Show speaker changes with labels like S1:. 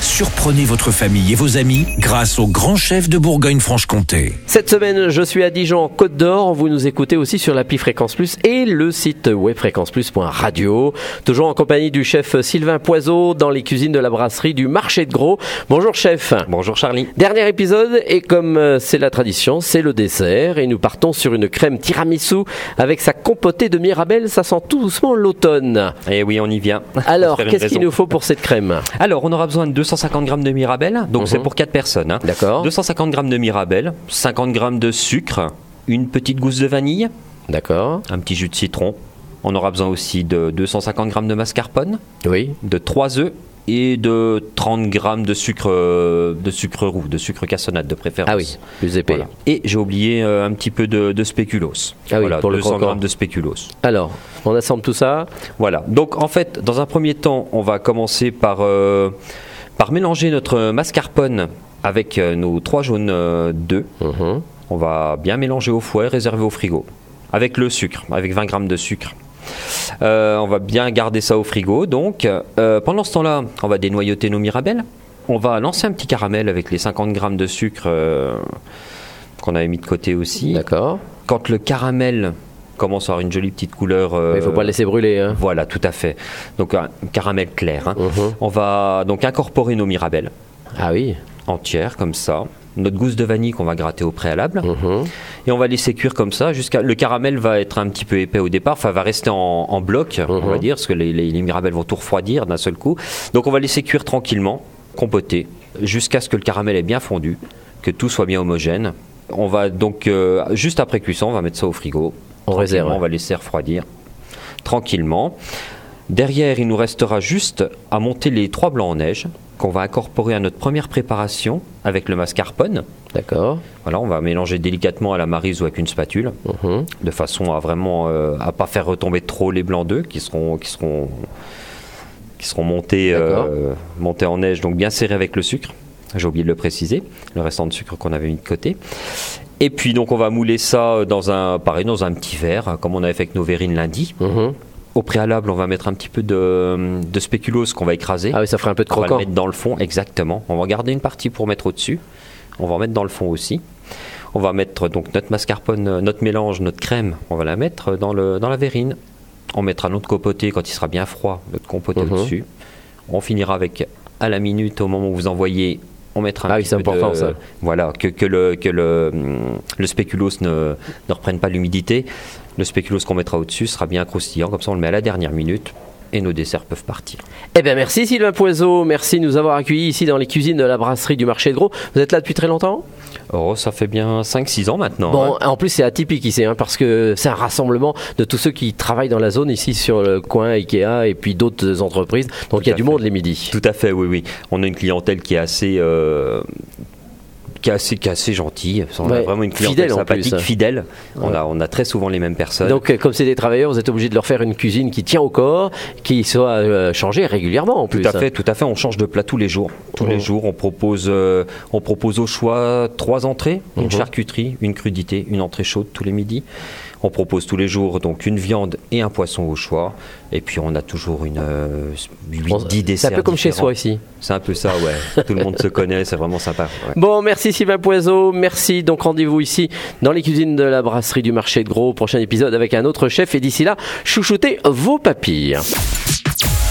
S1: Surprenez votre famille et vos amis grâce au grand chef de Bourgogne-Franche-Comté.
S2: Cette semaine, je suis à Dijon, en Côte d'Or. Vous nous écoutez aussi sur l'appli Fréquence Plus et le site webfréquenceplus.radio. Toujours en compagnie du chef Sylvain Poiseau dans les cuisines de la brasserie du Marché de Gros. Bonjour chef.
S3: Bonjour Charlie.
S2: Dernier épisode et comme euh, c'est la tradition, c'est le dessert et nous partons sur une crème tiramisu avec sa compotée de mirabelle. Ça sent tout doucement l'automne.
S3: Et oui, on y vient.
S2: Alors,
S3: Pour faire une
S2: qu'est-ce qu'il
S3: raison.
S2: nous faut pour cette crème
S3: Alors, on aura besoin de 250 grammes de mirabelle, donc
S2: Mhm.
S3: c'est pour 4 personnes. hein.
S2: D'accord.
S3: 250 grammes de mirabelle, 50 grammes de sucre, une petite gousse de vanille,
S2: D'accord.
S3: un petit jus de citron. On aura besoin aussi de 250 grammes de mascarpone,
S2: Oui.
S3: de 3 œufs et de 30 grammes de sucre euh, de sucre roux, de sucre cassonade de préférence.
S2: Ah oui, plus épais.
S3: Voilà. Et j'ai oublié euh, un petit peu de, de spéculoos.
S2: Ah oui,
S3: voilà,
S2: pour le
S3: 200
S2: croquant.
S3: grammes de spéculoos.
S2: Alors, on assemble tout ça.
S3: Voilà. Donc en fait, dans un premier temps, on va commencer par, euh, par mélanger notre mascarpone avec euh, nos trois jaunes euh, d'œufs.
S2: Mhm.
S3: On va bien mélanger au fouet, réservé au frigo. Avec le sucre, avec 20 grammes de sucre. Euh, on va bien garder ça au frigo. Donc Euh, pendant ce temps-là, on va dénoyauter nos mirabelles. On va lancer un petit caramel avec les 50 grammes de sucre euh, qu'on avait mis de côté aussi.
S2: D'accord.
S3: Quand le caramel commence à avoir une jolie petite couleur,
S2: Mais il faut pas
S3: euh,
S2: le laisser brûler. Hein.
S3: voilà, tout à fait. Donc un caramel clair. hein.
S2: Mhm.
S3: On va donc incorporer nos mirabelles
S2: Ah oui.
S3: entières comme ça, notre gousse de vanille qu'on va gratter au préalable,
S2: Mhm.
S3: et on va laisser cuire comme ça jusqu'à le caramel va être un petit peu épais au départ, enfin va rester en, en bloc, on
S2: Mhm.
S3: va dire, parce que les, les- les mirabelles vont tout refroidir d'un seul coup. Donc on va laisser cuire tranquillement, compoter, jusqu'à ce que le caramel ait bien fondu, que tout soit bien homogène. On va donc euh, juste après cuisson, on va mettre ça au frigo.
S2: On réserve.
S3: Tranquillement, On va laisser refroidir tranquillement. Derrière, il nous restera juste à monter les trois blancs en neige qu'on va incorporer à notre première préparation avec le mascarpone.
S2: D'accord.
S3: Voilà, on va mélanger délicatement à la marise ou avec une spatule,
S2: Mhm.
S3: de façon à vraiment euh, à pas faire retomber trop les blancs d'œufs qui seront qui seront qui seront montés
S2: D'accord.
S3: euh, montés en neige, donc bien serrés avec le sucre. J'ai oublié de le préciser, le restant de sucre qu'on avait mis de côté. Et puis donc on va mouler ça euh, dans un pareil dans un petit verre, comme on avait fait avec nos verrines lundi.
S2: Mhm.
S3: Au préalable, on va mettre un petit peu de, de spéculoos qu'on va écraser.
S2: Ah oui, ça ferait un peu de
S3: on va le
S2: croquant.
S3: mettre dans le fond, exactement. On va garder une partie pour mettre au-dessus. On va en mettre dans le fond aussi. On va mettre donc notre mascarpone, euh, notre mélange, notre crème, on va la mettre dans, le, dans la verrine. On mettra notre compoté quand il sera bien froid, notre compoté
S2: Mhm.
S3: au-dessus. On finira avec à la minute, au moment où vous envoyez, on mettra un
S2: Ah oui,
S3: petit
S2: c'est
S3: peu
S2: important,
S3: de-
S2: ça.
S3: Voilà, que, que le, que le, hum, le spéculoos ne, ne reprenne pas l'humidité. Le spéculoos qu'on mettra au-dessus sera bien croustillant, comme ça on le met à la dernière minute et nos desserts peuvent partir.
S2: Eh bien, merci Sylvain Poiseau. Merci de nous avoir accueillis ici dans les cuisines de la brasserie du marché de gros. Vous êtes là depuis très longtemps
S3: Oh, ça fait bien 5-6 ans maintenant.
S2: Bon,
S3: hein.
S2: en plus, c'est atypique ici, hein, parce que c'est un rassemblement de tous ceux qui travaillent dans la zone ici sur le coin Ikea et puis d'autres entreprises. Donc, il y a
S3: à
S2: du
S3: fait.
S2: monde les midis.
S3: Tout à fait, oui, oui. On a une clientèle qui est assez, euh, qui est assez, qui est assez gentille. On a
S2: Ouais.
S3: vraiment une clientèle
S2: Fidèle en plus.
S3: sympathique, fidèle. On,
S2: Ouais.
S3: a, on a très souvent les mêmes personnes.
S2: Donc, euh, comme c'est des travailleurs, vous êtes obligé de leur faire une cuisine qui tient au corps, qui soit euh, changée régulièrement en plus. hein.
S3: tout à fait, tout à fait. On change de plat tous les jours. Tous les
S2: Mhm.
S3: jours, on propose, euh, on propose au choix trois entrées
S2: Mhm.
S3: une charcuterie, une crudité, une entrée chaude tous les midis. On propose tous les jours donc une viande et un poisson au choix. Et puis on a toujours une euh, huit,
S2: Bon,
S3: dix
S2: C'est
S3: desserts.
S2: un peu comme chez
S3: différents.
S2: soi ici.
S3: C'est un peu ça, ouais. tout le monde se connaît, c'est vraiment sympa. ouais.
S2: Bon, merci Sylvain Poiseau, merci. Donc rendez-vous ici dans les cuisines de la brasserie du marché de gros. Prochain épisode avec un autre chef. Et d'ici là, chouchoutez vos papilles.